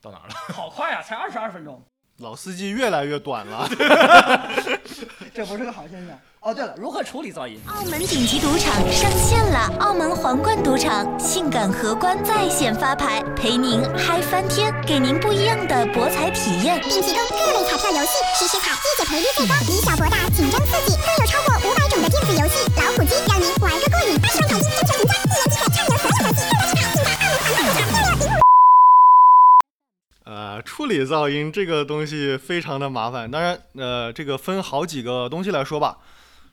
到哪儿了？ 好快啊，才二十二分钟，老司机越来越短了。 这不是个好现象。哦，对了，如何处理噪音？澳门顶级赌场上线了，澳门皇冠赌场性感荷官在线发牌，陪您嗨翻天，给您不一样的博彩体验。并提供各类彩票游戏，实时彩低者赔率最高，以小博大，紧张刺激，更有超过五百种的电子游戏，老虎机让您玩个过瘾。二十万凯金真诚评价，一元即可畅游所有游戏，各大市场尽在澳门皇冠赌场，又有一。呃，处理噪音这个东西非常的麻烦，当然，呃，这个分好几个东西来说吧。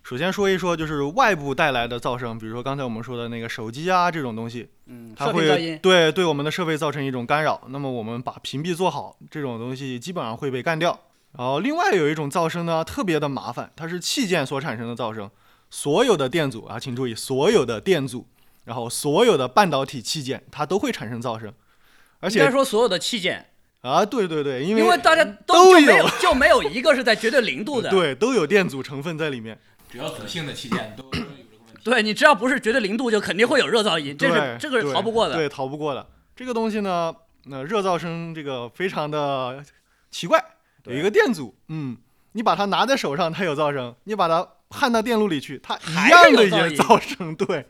首先说一说就是外部带来的噪声，比如说刚才我们说的那个手机啊这种东西，嗯，它设备噪会音。对对我们的设备造成一种干扰。那么我们把屏蔽做好，这种东西基本上会被干掉。然后另外有一种噪声呢，特别的麻烦，它是器件所产生的噪声。所有的电阻啊，请注意，所有的电阻，然后所有的半导体器件，它都会产生噪声。而应该且说所有的器件，啊，对对对，因为因为大家都就没有 有就没有一个是在绝对零度的。对都有电阻成分在里面。只要组性的器件都都有这个问题。对你只要不是绝对零度，就肯定会有热噪音，这是对这个是对逃不过的。对，逃不过的。这个东西呢，那热噪声这个非常的奇怪，有一个电阻，嗯，你把它拿在手上，它有噪声；你把它焊到电路里去，它还一样是有的噪也音噪声。对，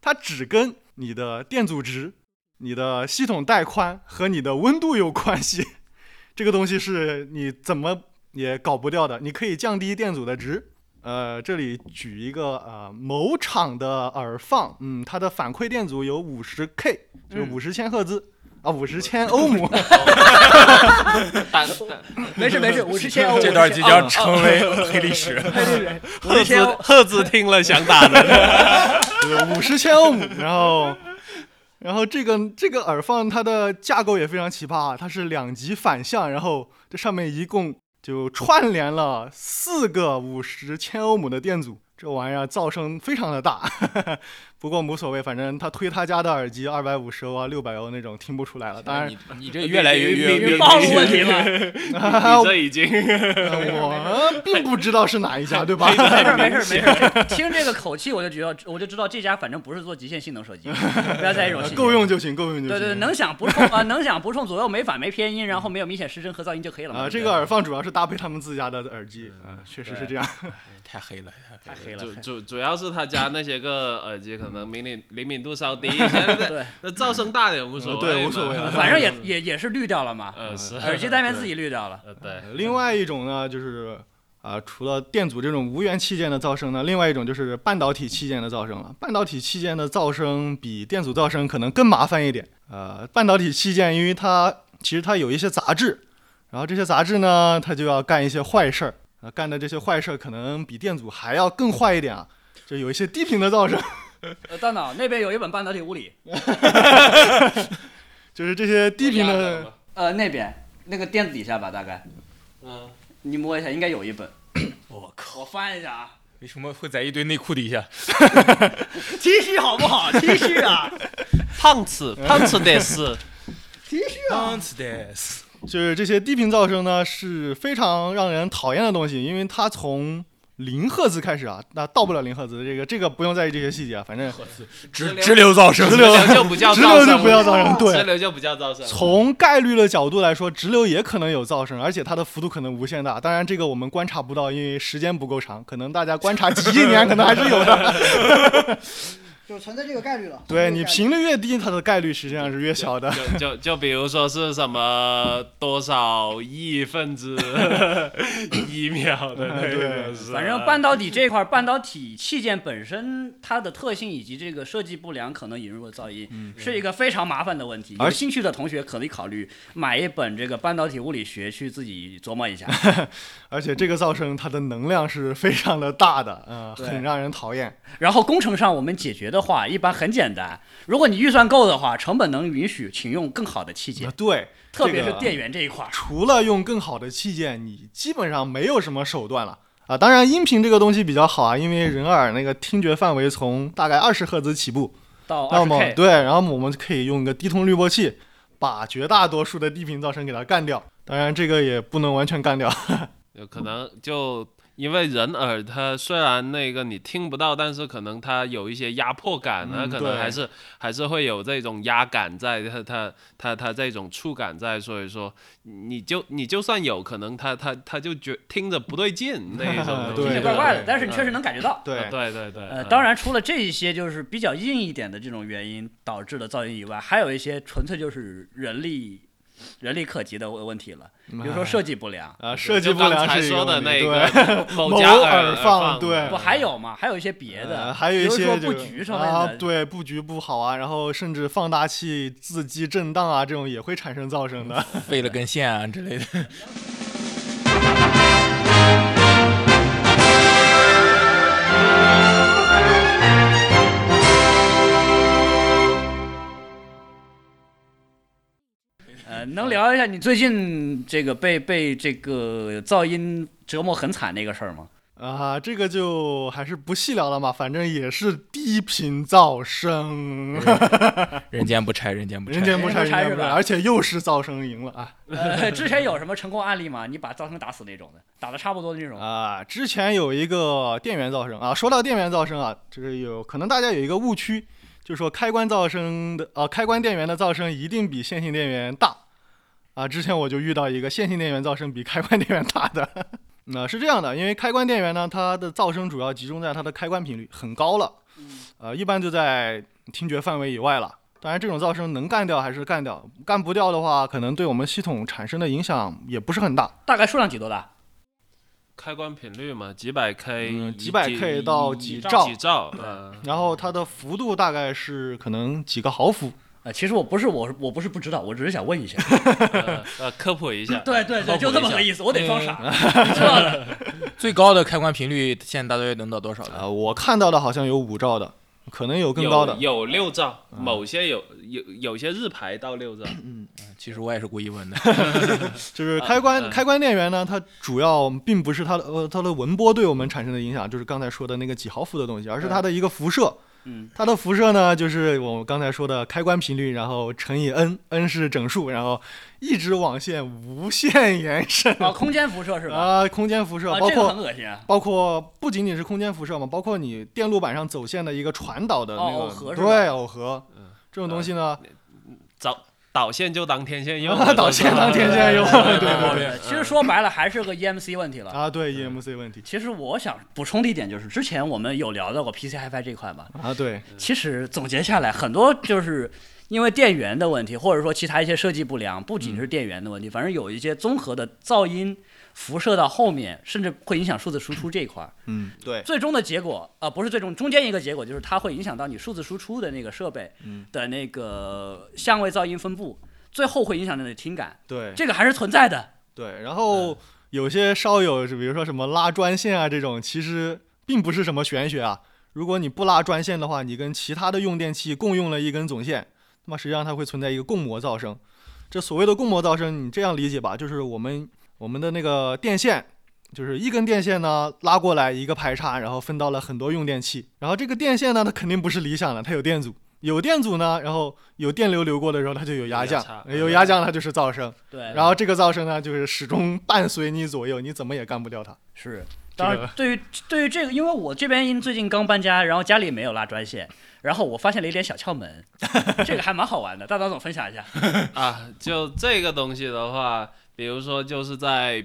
它只跟你的电阻值、你的系统带宽和你的温度有关系。这个东西是你怎么也搞不掉的。你可以降低电阻的值。呃，这里举一个呃某厂的耳放，嗯，它的反馈电阻有五十 K，就是嗯五十千赫兹啊，五十 千欧姆。但但没事 没事，五十千欧，这段即将50 成为黑历史。千欧，五赫 十千欧，兹赫兹听了想打人。五十千欧姆，然后，然后这个这个耳放它的架构也非常奇葩啊，它是两极反向，然后这上面一共就串联了四个五十千欧姆的电阻，这玩意儿啊噪声非常的大， 不过无所谓，反正他推他家的耳机二百五十欧啊六百欧那种听不出来了，当然你你这越来越 你越你越你暴露问题了。你这已经 我并不知道是哪一家，对吧？没事儿没事儿没事儿，这听这个口气我就觉得，我就知道这家反正不是做极限性能手 机，不要在意这种细节 够。用就行，够用就行。对对，能响不冲啊、能响不冲左右没反没偏音，然后没有明显失真和噪音就可以了嘛。啊、对这不个对耳放主要是搭配他们自家的耳机，啊、确实是这样。太黑了，太黑了主。主主要是他家那些个耳机可能敏敏灵敏度稍低一些，对那那噪声大点嗯无所谓，呃哎啊对无所谓 了 反正也也也是绿掉了嘛，呃是耳机单元自己绿掉了。呃对， 另外一种呢，就是啊、除了电阻这种无源器件的噪声呢，另外一种就是半导体器件的噪声了。半导体器件的噪声比电阻噪声可能更麻烦一点。呃，半导体器件因为它其实它有一些杂质，然后这些杂质呢，它就要干一些坏事儿。啊，干的这些坏事儿可能比电阻还要更坏一点啊，就有一些低频的噪声， 呃，大脑那边有一本半导体物理，就是这些低频的。呃，那边那个垫子底下吧，大概嗯，你摸一下，应该有一本。我我翻一下啊，为什么会在一堆内裤底下？ T 恤好不好？T 恤啊胖子胖子得是， ，T 恤啊。 a n t this，就是这些低频噪声呢，是非常让人讨厌的东西，因为它从零赫兹开始啊，那到不了零赫兹，这个这个不用在意这些细节啊，反正直直流噪声，直直流流就不叫直流噪就声，不要噪声，直对。流就不叫噪声，从概率的角度来说，直流也可能有噪声，而且它的幅度可能无限大。当然，这个我们观察不到，因为时间不够长，可能大家观察几亿年，可能还是有的。 就是存在这个概率了。对存在你这个概率频率越低，它的概率实际上是越小的。就就就比如说是什么多少亿分之一秒的那个对是吧， 反正半导体这一块儿，半导体器件本身它的特性以及这个设计不良可能引入的噪音，是一个非常麻烦的问题。有而兴趣的同学可以考虑买一本这个半导体物理学去自己琢磨一下。而且这个噪声它的能量是非常的大 的，嗯、对很让人讨厌。 然后工程上我们解决的话，一般很简单。如果你预算够的话，成本能允许，请用更好的器件，对，特别是这个电源这一块儿。除了用更好的器件，你基本上没有什么手段了啊。当然，音频这个东西比较好啊，因为人耳那个听觉范围从大概二十赫兹起步，到哦二那十么 K，对，然后我们可以用一个低通滤波器，把绝大多数的低频噪声给它干掉。当然，这个也不能完全干掉。呃有可能就因为人耳它虽然那个你听不到，但是可能它有一些压迫感啊，嗯可能对还是还是会有这种压感在，它它它它这种触感在，所以说你就你就算有可能它它它就觉听着不 对劲那一种东对西，听对着怪怪的对，但是你确实能感觉到。对 啊对对对，呃，嗯当然，除了这一些就是比较硬一点的这种原因导致的噪音以外，还有一些纯粹就是人力人力可及的问问题了，比哎如说设计不良。啊，设计就不刚良才是一说的问题那对个 某家耳放放，对不还有吗？还有一些别的，呃还有一比些如说这个布局上面的，啊，对布局不好啊，然后甚至放大器自机震荡啊，这种也会产生噪声 的。废了根线啊之类的。 呃，能聊一下你最近这个被被这个噪音折磨很惨那个事儿吗？啊，这个就还是不细聊了嘛，反正也是低频噪声，人间不拆，人间不 拆。人间不人拆间不拆人间是不拆，吧而且又是噪声赢了啊 呃，之前有什么成功案例吗？你把噪声打死那种的，打的差不多的那种，啊！之前有一个电源噪声啊，说到电源噪声啊，就是有可能大家有一个误区，就是说开关噪声的呃开关电源的噪声一定比线性电源大啊。之前我就遇到一个线性电源噪声比开关电源大的。那是这样的，因为开关电源呢，它的噪声主要集中在它的开关频率很高了，呃，一般就在听觉范围以外了。当然，这种噪声能干掉还是干掉，干不掉的话，可能对我们系统产生的影响也不是很大，大概数量级多大？开关频率嘛，几百 K，、嗯几百 K 到几几兆几兆， 嗯。然后它的幅度大概是可能几个毫伏，呃，其实我不是我我不是不知道，我只是想问一下。呃呃，科普一下， 对对科对，普就这么个一下。意思，我得装傻，你知道的。最高的开关频率现在大约能到多少呢？呃，我看到的好像有五兆的，可能有更高的嗯有。有六兆，某些有有有些日排到六 兆，其实我也是故意问的。嗯就是开关、开关电源呢，它主要并不是它的呃它的文波对我们产生的影响，就是刚才说的那个几毫伏的东西，而是它的一个辐射。嗯，它的辐射呢，就是我刚才说的开关频率，然后乘以 n，n 是整数，然后一直往线无限延伸啊，空间辐射是吧？啊、空间辐射啊，包这个括、很恶心 啊。包括不仅仅是空间辐射嘛，包括你电路板上走线的一个传导的那哦个，耦合是吧嗯哎对耦合，这种东西呢，，导导线就当天线用啊导线当天线用，对对对， 对，其嗯实说白了还是个 EMC 问题了。啊对 EMC 问题其实我想补充的一点就是，之前我们有聊到过 PC HiFi 这一块嘛，啊对，其实总结下来，很多就是因为电源的问题，或者说其他一些设计不良，不嗯仅是电源的问题，反正有一些综合的噪音辐射到后面，甚至会影响数字输出这一块儿。嗯对，最终的结果，呃，不是最终，中间一个结果就是它会影响到你数字输出的那个设备嗯的那个相位噪音分布，最后会影响到你的听感，对这个还是存在的。对，然后有些烧友，比如说什么拉专线啊这种，其实并不是什么玄学啊。如果你不拉专线的话，你跟其他的用电器共用了一根总线，那么实际上它会存在一个共膜噪声。这所谓的共膜噪声，你这样理解吧，就是我们我们的那个电线，就是一根电线呢拉过来一个排插，然后分到了很多用电器。然后这个电线呢，它肯定不是理想的，它有电阻，有电阻呢，然后有电流流过的时候，它就有压压降差，有压降它就是噪声。对，然后这个噪声呢，就是始终伴随你左右，你怎么也干不掉它。是，这当然个，对于对于这个，因为我这边因最近刚搬家，然后家里没有拉专线，然后我发现了一点小 窍门，这个还蛮好玩的，大张总分享一下。啊，就这个东西的话，比如说就是在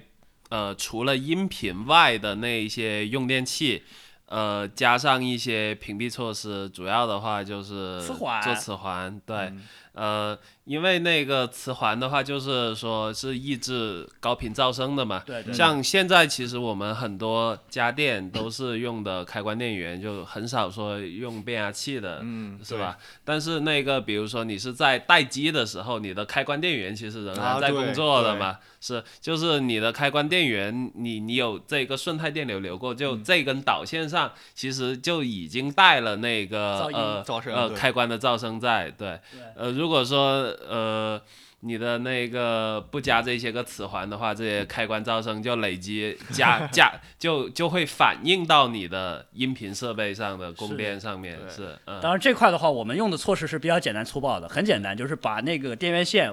呃除了音频外的那一些用电器，呃加上一些屏蔽措施，主要的话就是磁环做磁环，对，嗯呃，因为那个磁环的话，就是说是抑制高频噪声的嘛，对对像现在其实我们很多家电都是用的开关电源，就很少说用变压器的，嗯是吧？但是那个比如说你是在待机的时候，你的开关电源其实仍啊然在对工作的嘛，是就是你的开关电源，你你有这个顺态电流流过，嗯就这根导线上其实就已经带了那个噪音呃噪声呃对开关的噪声在，对，呃如果说呃。你的那个不加这些个磁环的话，这些开关噪声就累积加加就就会反映到你的音频设备上的供电上面，对是嗯当然这块的话，我们用的措施是比较简单粗暴的，很简单，就是把那个电源线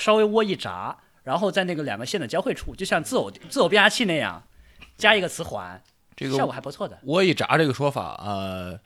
稍微窝一闸，然后在那个两个线的交汇处，就像自偶自偶变压器那样。加一个磁环，这个效果还不错的。窝一闸这个说法，呃，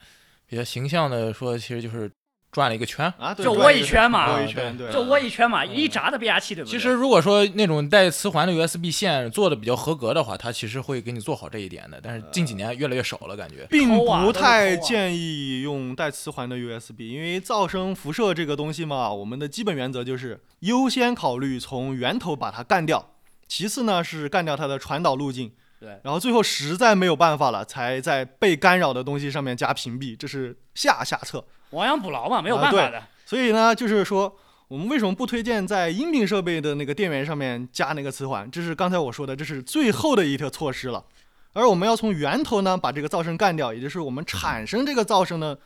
比较形象的说，其实就是转了一个圈。啊，对就转窝一一个圈嘛啊窝一圈，对，啊嗯就窝一圈嘛，一闸的变压器，对不对？其实，如果说那种带磁环的 USB 线做的比较合格的话，它其实会给你做好这一点的。但是呃近几年越来越少了，感觉。并抠啊不都是太抠啊建议用带磁环的 USB，因为噪声辐射这个东西嘛，我们的基本原则就是优先考虑从源头把它干掉，其次呢是干掉它的传导路径，对然后最后实在没有办法了，才在被干扰的东西上面加屏蔽，这是下下策。亡羊补牢嘛，没有啊办法对的。所以呢，就是说我们为什么不推荐在音频设备的那个电源上面加那个磁环？这是刚才我说的，这是最后的一个措施了。而我们要从源头呢把这个噪声干掉，也就是我们产生这个噪声的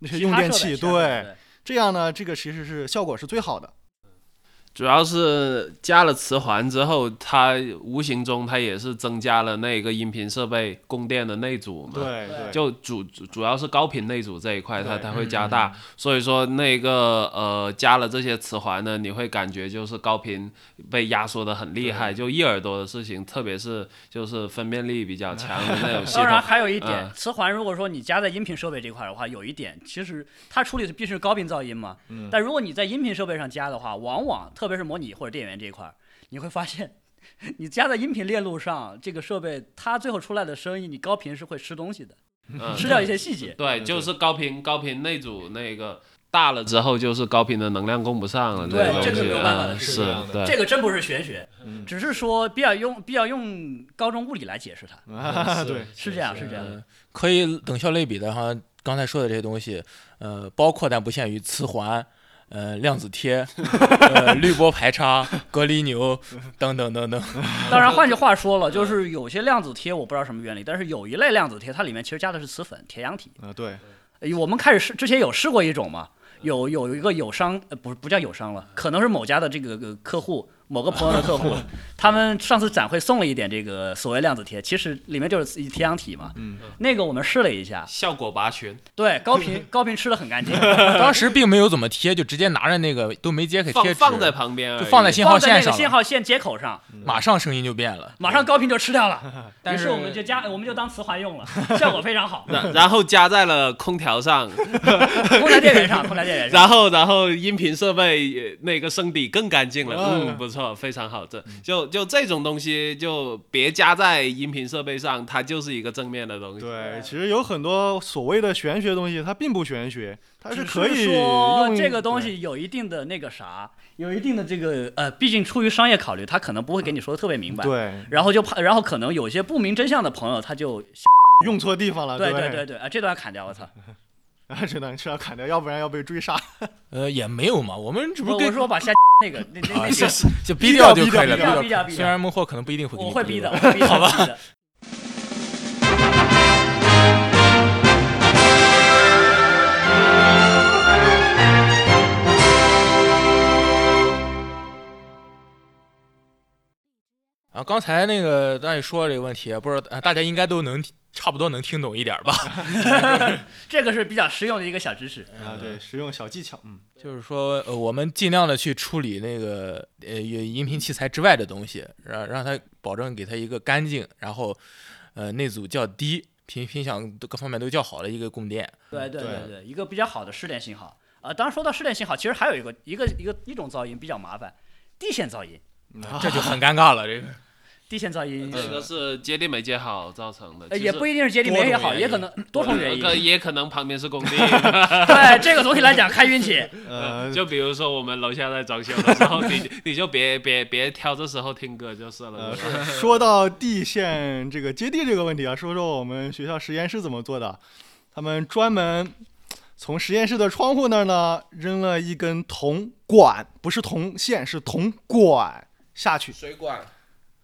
那些其用他电设备器，是吧对，，这样呢，这个其实是效果是最好的。主要是加了磁环之后，它无形中它也是增加了那个音频设备供电的内阻嘛。对对对，就主主主要是高频内阻这一块，它对它会加大，所以说那个呃加了这些磁环呢，你会感觉就是高频被压缩的很厉害，就一耳朵的事情，特别是就是分辨率比较强的那种系当然 统。还有一点，嗯磁环如果说你加在音频设备这块儿的话，有一点其实它处理的毕竟是高频噪音嘛。嗯但如果你在音频设备上加的话，往往特别是模拟或者电源这一块儿，你会发现你加在音频链路上，这个设备它最后出来的声音，你高频是会吃东西的，嗯吃掉一些细节。对，就是高频高频内阻那个大了之后，就是高频的能量供不上了，对那东这个西没有办法的嗯事是情啊，对，这个真不是玄学，嗯只是说比较用比较用高中物理来解释它，啊 对，是这样是这样。嗯，可以等效类比的哈，刚才说的这些东西，呃，包括但不限于磁环。呃，量 子贴、呃，滤波排插、隔离牛等等 等等，当然， 换句话说嗯了，就是有些量子贴我不知道什么原理，但是有一类量子贴它里面其实加的是磁粉铁氧体。啊对，呃我们开始试之前有试过一种嘛，有有一个友商，呃，不是不叫友商了，可能是某家的这个呃客户，某个朋友的客 户，他们上次展会送了一点这个所谓量子贴，其实里面就是一铁氧体嘛。嗯那个我们试了一下，效果拔群，对，高 频高频吃的很干净，当时并没有怎么贴，就直接拿着那个都没接开贴放纸，放在旁边而已，就放在信号放在线那个上信了，号线接口上，马上声音就变了。马上高频就吃掉了。 但于是是我们就加，我们就当磁环用 了，效果非常好。然 然后加在了空调上，空调电源上，空调电源上。然后然后音频设备呃那个声底更干净了，嗯，不错，非常好，这就就这种东西就别加在音频设备上，它就是一个正面的东西。对，其实有很多所谓的玄学东西，它并不玄学，它只可以说用这个东对西有一定的那个啥，有一定的这个呃，毕竟出于商业考虑，他可能不会给你说的特别明嗯白。。对然后就怕，然后可能有些不明真相的朋友，他就用错地方了，对对对对对啊，这段砍掉，我操！啊， 只能是要砍掉，要不然要被追杀。呃，也没有嘛，我们这不我是跟我说把下那个那那啊，那是个，是就逼掉就可以逼掉了，逼掉逼掉逼掉虽然孟获可能不一定会给你我会逼 的，掉我会逼的，好吧。啊，刚才那个大爷说这个问题，不知道、呃大家应该都能差不多能听懂一点儿吧？这个是比较实用的一个小知识。啊，对，实用小技巧，嗯，就是说，呃，我们尽量的去处理那个呃音音频器材之外的东西，让让它保证给它一个干净，然后呃内阻较低，频频响都各方面都较好的一个 供电。对对对对对，一个比较好的失联信号。啊，当然说到失联信号，其实还有一个一个一个一种噪音比较麻烦，地线噪音。这就很尴尬了。 这个地线噪音这个是接力没接好造成的，呃其也实不一定是接地面也好，呃多种原因也可能嗯多重原因。呃也可能旁边是 工地，对，这个总体来讲看运气。呃，就比如说我们楼下在装修的时候，你你就别别别挑这时候听歌就是了呃，。说到地线这个接地这个问题啊，说说我们学校实验室怎么做的。他们专门从实验室的窗户那儿呢扔了一根铜管，不是铜线，是铜管下去水管，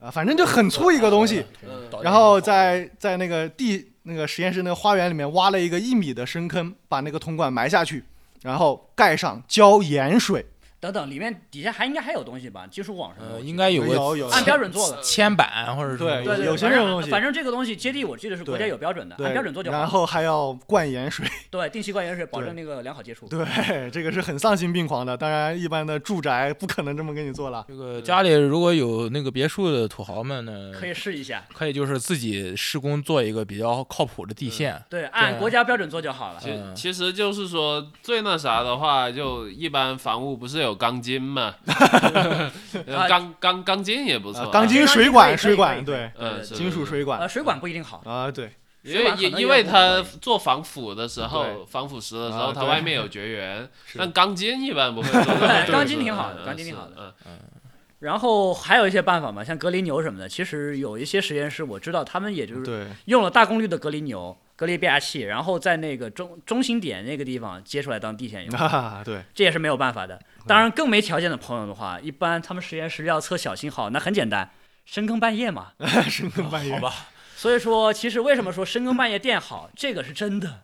啊，反正就很粗一个东西。嗯然后在在那个地那个实验室那个花园里面挖了一个一米的深坑，把那个铜管埋下去，然后盖上浇盐水。 等等，里面底下还应该还有东西吧？技术网什么呃，的，应该有有个有按标准做的。铅板或者什对么对对，有些反这正种东西反正这个东西接地，我记得是国家对有标准的，对按标准做就然好。后还要灌盐水，对，定期灌盐水，保对证那个良好接 触。对，这个是很丧心病狂的。当然，一般的住宅不可能这么给你做了。这个家里如果有那个别墅的土豪们呢，可以试一下。可以就是自己施工做一个比较靠谱的嗯地线，对，按对国家标准做就好了。其嗯其实就是说，最那啥的话，就一般房屋不是有钢筋 嘛？呃钢钢钢筋也不错啊，啊钢筋水可以管可以水管可以可以对，嗯，是金属水管呃，水管不一定好，啊，对，因水为管可因能因也为不它可以做防腐的时候，对防腐蚀的时候，啊它对外面有绝缘， 是但钢筋一般不会 做到这种钢筋事挺好的嗯钢筋挺是好的嗯然后还有一些办法嘛，像隔离牛什么的，其实有一些实验室我知道他们也就是对， 用了大功率的隔离牛、隔离变压器，然后在那个中中心点那个地方接出来当地线用，啊，对， 这也是没有办法的。当然，更没条件的朋友的话，一般他们实验室要测小信号，那很简单，深更半夜嘛。深更半夜，好吧？所以说，其实为什么说深更半夜电好，这个是 真的，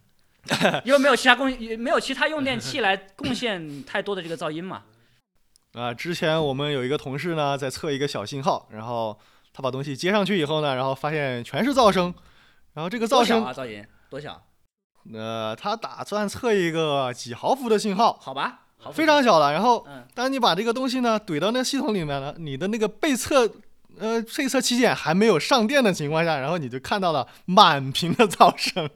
因为没有其他供没有其他用电器来贡献太多的这个噪音嘛。啊，之前我们有一个同事呢，在测一个小信号，然后他把东西接上去以后呢，然后发现全是噪声，然后这个 噪多小声，啊，噪音多小？呃，他打算测一个几毫伏的信号，好吧，好非常小了。然后嗯，当你把这个东西呢怼到那系统里面了，你的那个被测。呃，被测器件还没有上电的情况下，然后你就看到了满屏的噪声，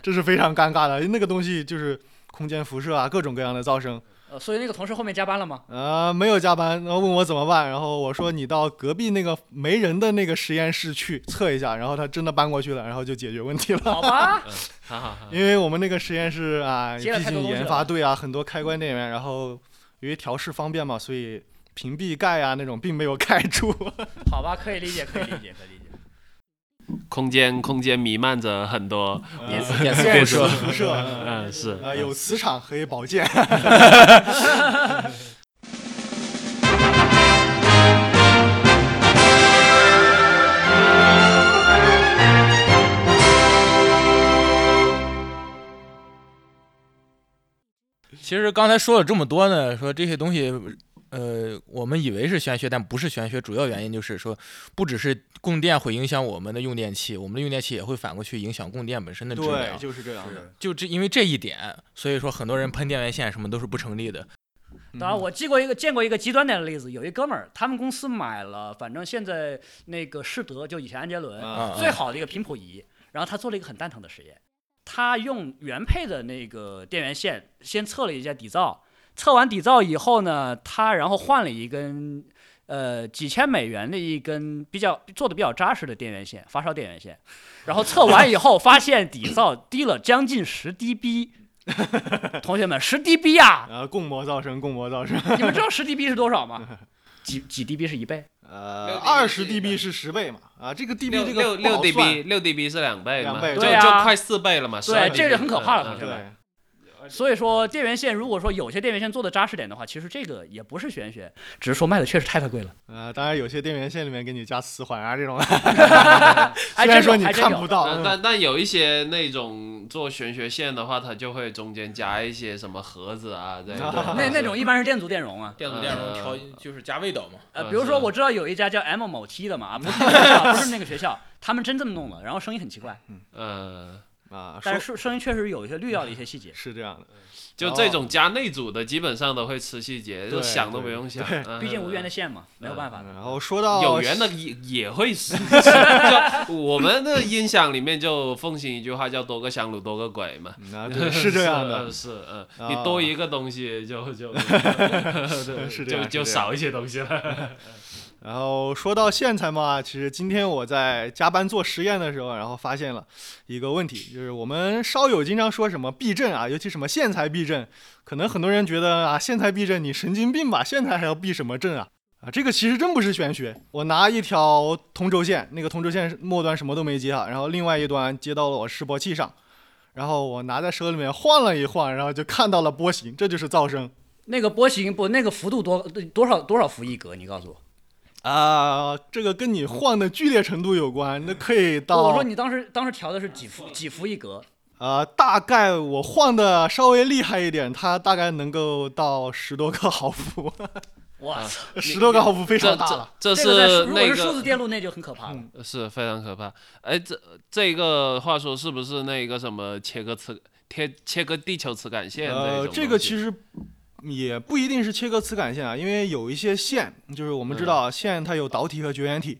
这是非常尴尬的。那个东西就是空间辐射啊，各种各样的噪声。呃，所以那个同事后面加班了吗？呃，没有加班，然后问我怎么办，然后我说你到隔壁那个没人的那个实验室去测一下，然后他真的搬过去了，然后就解决问题了。好吧，好好好，因为我们那个实验室啊，啊接了毕太多竟东西研了发队啊，很多开关电源，然后由于调试方便嘛，所以屏蔽盖啊那种并没有盖住。好吧，可以理解，可以理解，可以理解。空间空间弥漫着 很多，电呃磁电磁电辐磁 射，辐射，嗯嗯，是呃，有磁场可以保 健。其实刚才说了这么多呢，说这些东西，呃，我们以为是玄学，但不是玄学。主要原因就是说，不只是供电会影响我们的用电器，我们的用电器也会反过去影响供电本身的质量。啊就是这样的。就这，因为这一点，所以说很多人喷电源线什么都是不成立的。当然，我记过一个见过一个极端点的例子，有一哥们儿，他们公司买了，反正现在那个世德，就以前安杰伦、啊最好的一个频谱仪，然后他做了一个很蛋疼的实验，他用原配的那个电源线先测了一下底噪，测完底噪以后呢，他然后换了一根呃几千美元的一根比较做的比较扎实的电源线，发烧电源线，然后测完以后发现底噪低了将近十 dB，同学们十 dB 啊，然后呃共膜噪声，共膜噪 声，你们知道十 dB 是多少 吗？几几 dB 是一倍？呃，二十 dB 是十倍嘛，啊，这个 dB 六这六个不六好算 dB 六 dB 是两倍嘛，两倍就对啊就快四倍了嘛，对12，这是 dB 很可怕的，嗯同嗯学们。对，所以说，电源线如果说有些电源线做的扎实点的话，其实这个也不是玄学，只是说卖的确实太太贵了。呃，当然有些电源线里面给你加磁环啊这 种，哎，虽这然种说你还真看有不到，但嗯但但有一些那种做玄学线的话，它就会中间加一些什么盒 子啊，对，那那种一般是电阻 电容啊。电阻电容调就是加味道嘛。呃，嗯比如说是啊我知道有一家叫 M 某 T 的嘛，啊，不是那个学校，不是那个学校，他们真这么弄的，然后声音很奇怪，嗯，啊，但说是声声音确实有一些滤掉了一些细节。是这样的，就这种加内组的，基本上都会吃细节，对就哦想都不用想，嗯毕竟无缘的。线嘛，没有办法的。嗯然后说到有缘的也也会死，就我们的音响里面就奉行一句话叫“多个香炉多个鬼”嘛，嗯啊，对， 是这样 的，嗯 是嗯，啊你多一个东西就 就是是这就样，就是这样少一些东西了。然后说到线材嘛，其实今天我在加班做实验的时候，然后发现了一个问题，就是我们烧友经常说什么避震啊，尤其什么线材避震，可能很多人觉得啊，线材避震你神经病吧，线材还要避什么震啊？啊，这个其实真不是玄学。我拿一条同轴线，那个同轴线末端什么都没接啊，然后另外一端接到了我示波器上，然后我拿在手里面晃了一晃，然后就看到了波形，这就是噪声。那个波形不，那个幅度多多少多少伏一格？你告诉我。啊，这个跟你晃的剧烈程度有关，那可以到我说你当时当时调的是几伏几伏一格？呃，大概我晃的稍微厉害一点，它大概能够到十多个毫伏，我啊操，十多个毫伏非这常大了这。这这个在是如果那是数字个电路，那就很可怕了。嗯是非常可怕。哎，这这个话说是不是那个什么切割磁贴切割地球磁感线呃，种东西？这个其实也不一定是切割磁感线啊，因为有一些线，就是我们知道啊线它有导体和绝缘体，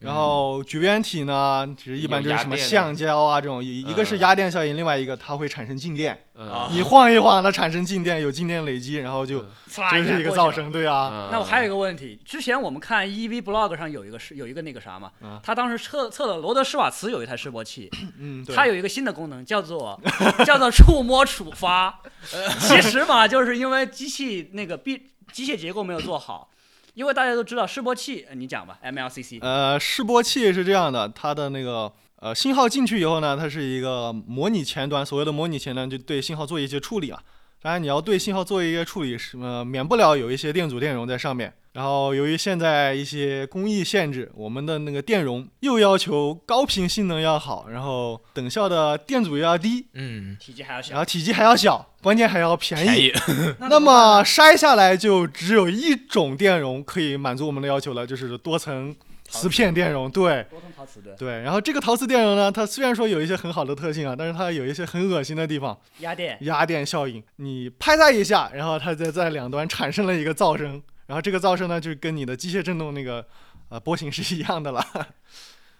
然后绝缘体呢，其实一般就是什么有压电的橡胶啊这种，一一个是嗯压电效应，另外一个它会产生静电，嗯你晃一晃它产生静电，有静电累积，然后就唰就下是一个哎过去噪了声，对啊，嗯那我还有一个问题，之前我们看 EV blog 上有一个是有一个那个啥嘛，啊他当时测测了罗德施瓦茨有一台示波器，嗯，对它有一个新的功能叫做叫做触摸触 发。其实嘛，就是因为机器那个必机械结构没有做好，因为大家都知道示波器，呃你讲吧，MLCC，呃，示波器是这样的，它的那个呃信号进去以后呢，它是一个模拟前端，所谓的模拟前端就对信号做一些处理啊。当然，你要对信号做一些处理，是呃免不了有一些电阻电容在上面。然后，由于现在一些工艺限制，我们的那个电容又要求高频性能要好，然后等效的电阻又要低， 嗯，体积还要然小。后体积还要小，关键还要便宜， 那么筛下来就只有一种电容可以满足我们的要求了，就是多层磁片电容。对，多层陶瓷对，对，然后这个陶瓷电容呢，它虽然说有一些很好的特性啊，但是它有一些很恶心的地方，压电，压电效应。你拍它一下，然后它再在两端产生了一个噪声，然后这个噪声呢，就跟你的机械振动那个呃波形是一样的了，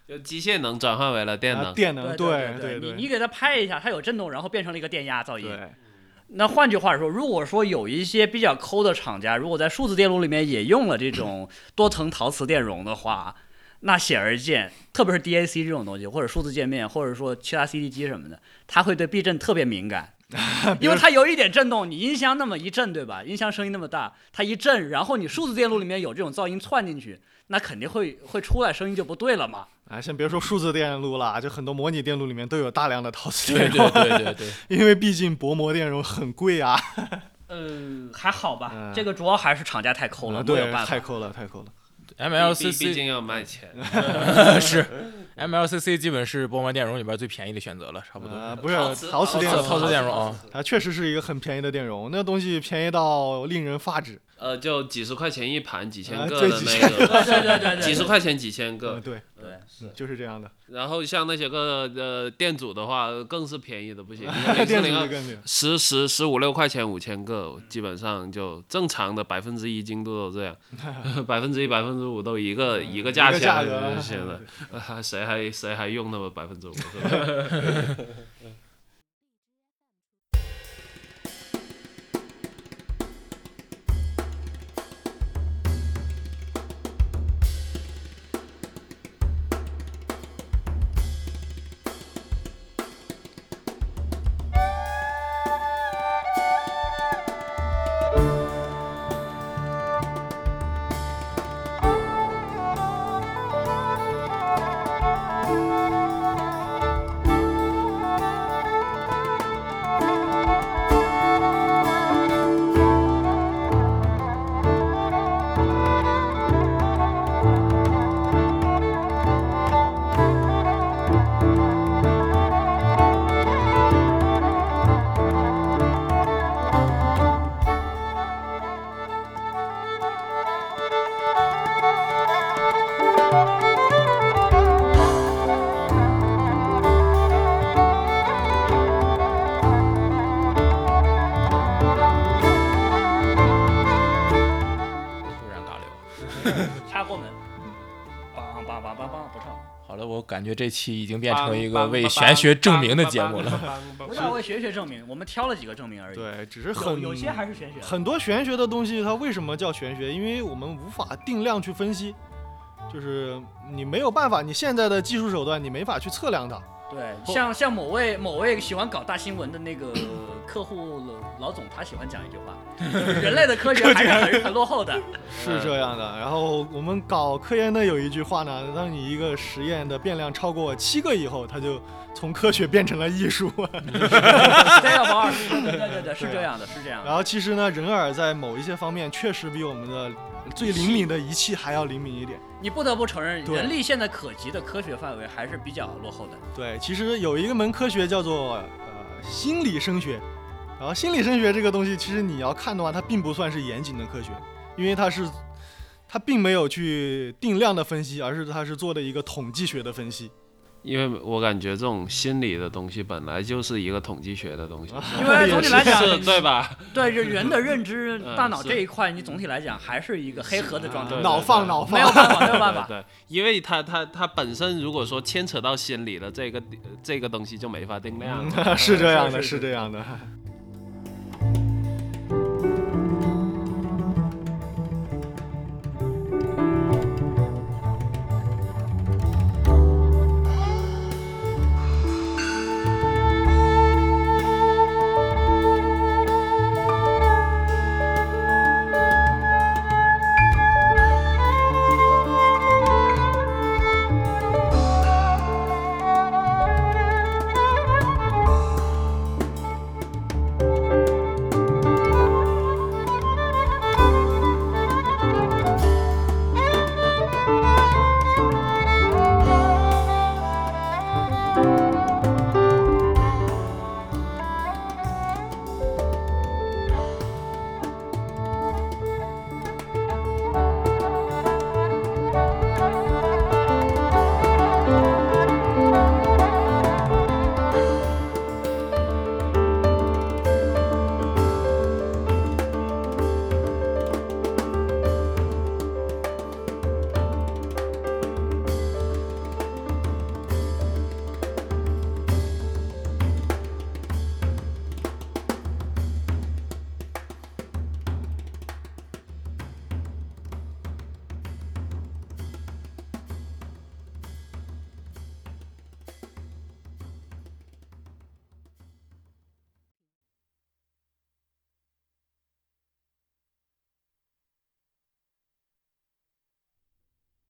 就机械能转换为了电啊能。电能，对对你你给它拍一下，它有震动，然后变成了一个电压噪音。对，那换句话说，如果说有一些比较抠的厂家，如果在数字电路里面也用了这种多层陶瓷电容的话，那显而易见，特别是 DAC 这种东西，或者数字界面，或者说其他 CD 机什么的，它会对避震特别 敏感，因为它有一点震动，你音箱那么一震，对吧？音箱声音那么大，它一震，然后你数字电路里面有这种噪音窜进去，那肯定会会出来声音就不对了嘛。啊，先别说数字电路了，就很多模拟电路里面都有大量的陶瓷对电对容，对对对，因为毕竟薄膜电容很贵啊，嗯，还好吧，嗯这个主要还是厂家太抠了，没有 对，办法太。抠了，太抠了。毕毕 MLCC 竟要 卖钱， 是 MLCC 基本是波纹电容里边最便宜的选择了，差不多。嗯啊，不是陶瓷陶瓷电容，陶瓷电容啊，它确实是一个很便宜的电容，那东西便宜到令人发指。呃，就几十块钱一盘，几千啊个对的几那千个，对对对对，几十块钱几千嗯，个。对，对。嗯就是这样的。然后像那些个呃电阻的话，更是便宜的不行，哎电零阻二就更牛。十十十五六块钱五千个，基本上就正常的百分之一精度 都这样，百分之一百分之五都一个嗯一个价一个钱价格啊了现 在呃谁还谁还用那么百分之五？是吧 突然尬聊。插过门，梆梆梆梆梆，不唱，好了，我感觉这期已经变成一个为玄学证明的节目了。了。不是为学学证明，我们挑了几个证明而已。，对，只是有很有些还是玄学的，很多玄学的东西，它为什么叫玄学？因为我们无法定量去分析，就是你没有办法，你现在的技术手段你没法去测量它。对，像像某位某位喜欢搞大新闻的那个客户老总，他喜欢讲一句话，就是人类的科学还是很很落后的。嗯是这样的。然后我们搞科研的有一句话呢，当你一个实验的变量超过七个以后，它就从科学变成了艺术。 再要往二十，对对对对，是这样的，是这样然的。后其实呢，人耳在某一些方面确实比我们的最灵敏的仪器还要灵敏一点。你不得不承认，对人力现在可及的科学范围还是比较落后的。对，其实有一个门科学叫做呃心理声学。然后心理声学这个东西，其实你要看的话，它并不算是严谨的科学，因为它是它并没有去定量的分析，而是它是做的一个统计学的分析。因为我感觉这种心理的东西本来就是一个统计学的东西， 因为总体来讲，是对吧？对这人的认知、嗯大脑是这一块，你总体来讲还是一个黑盒子状态啊对，脑放脑放没有办法，没有 办法。 对，因为它它它本身如果说牵扯到心理的这个这个东西就没法定量了。嗯 啊是这样的， 是是是这样的。